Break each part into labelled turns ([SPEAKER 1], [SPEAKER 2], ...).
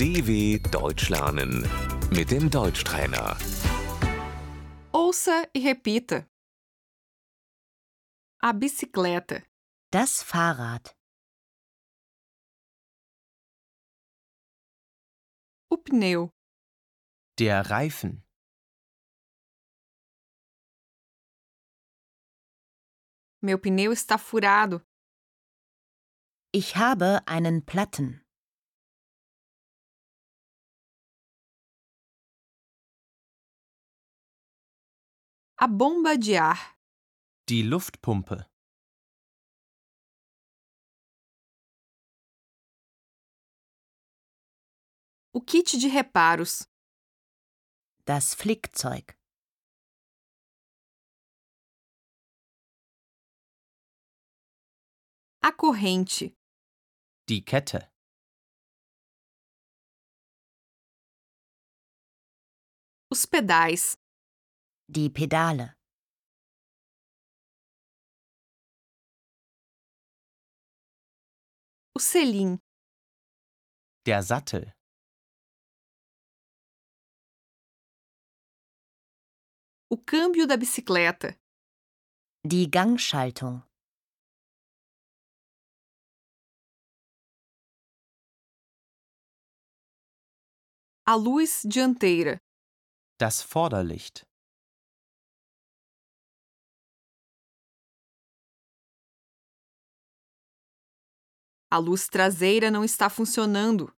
[SPEAKER 1] DW Deutsch lernen mit dem Deutschtrainer.
[SPEAKER 2] Ouça e repita. A bicicleta,
[SPEAKER 3] Das Fahrrad.
[SPEAKER 2] o pneu,
[SPEAKER 4] Der Reifen.
[SPEAKER 2] meu pneu está furado,
[SPEAKER 3] Ich habe einen Platten.
[SPEAKER 2] a bomba de ar,
[SPEAKER 4] Die Luftpumpe.
[SPEAKER 2] o kit de reparos,
[SPEAKER 3] Das Flickzeug.
[SPEAKER 2] a corrente,
[SPEAKER 4] Die Kette.
[SPEAKER 2] os pedais,
[SPEAKER 3] Die Pedale.
[SPEAKER 2] o selim,
[SPEAKER 4] Der Sattel.
[SPEAKER 2] o câmbio da bicicleta,
[SPEAKER 3] Die Gangschaltung.
[SPEAKER 2] a luz dianteira,
[SPEAKER 4] Das Vorderlicht.
[SPEAKER 2] a luz traseira não está funcionando,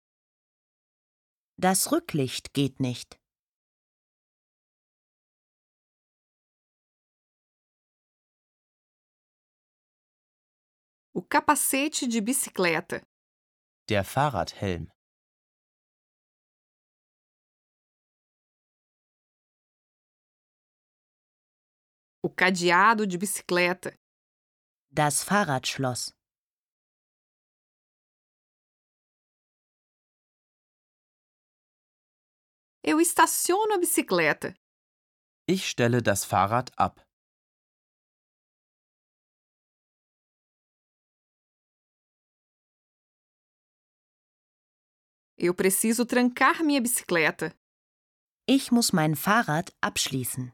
[SPEAKER 3] Das Rücklicht geht nicht.
[SPEAKER 2] o capacete de bicicleta,
[SPEAKER 4] Der Fahrradhelm.
[SPEAKER 2] o cadeado de bicicleta,
[SPEAKER 3] Das Fahrradschloss.
[SPEAKER 2] eu estaciono a bicicleta,
[SPEAKER 4] Ich stelle das Fahrrad ab.
[SPEAKER 2] eu preciso trancar minha bicicleta.
[SPEAKER 3] Ich muss mein Fahrrad abschließen.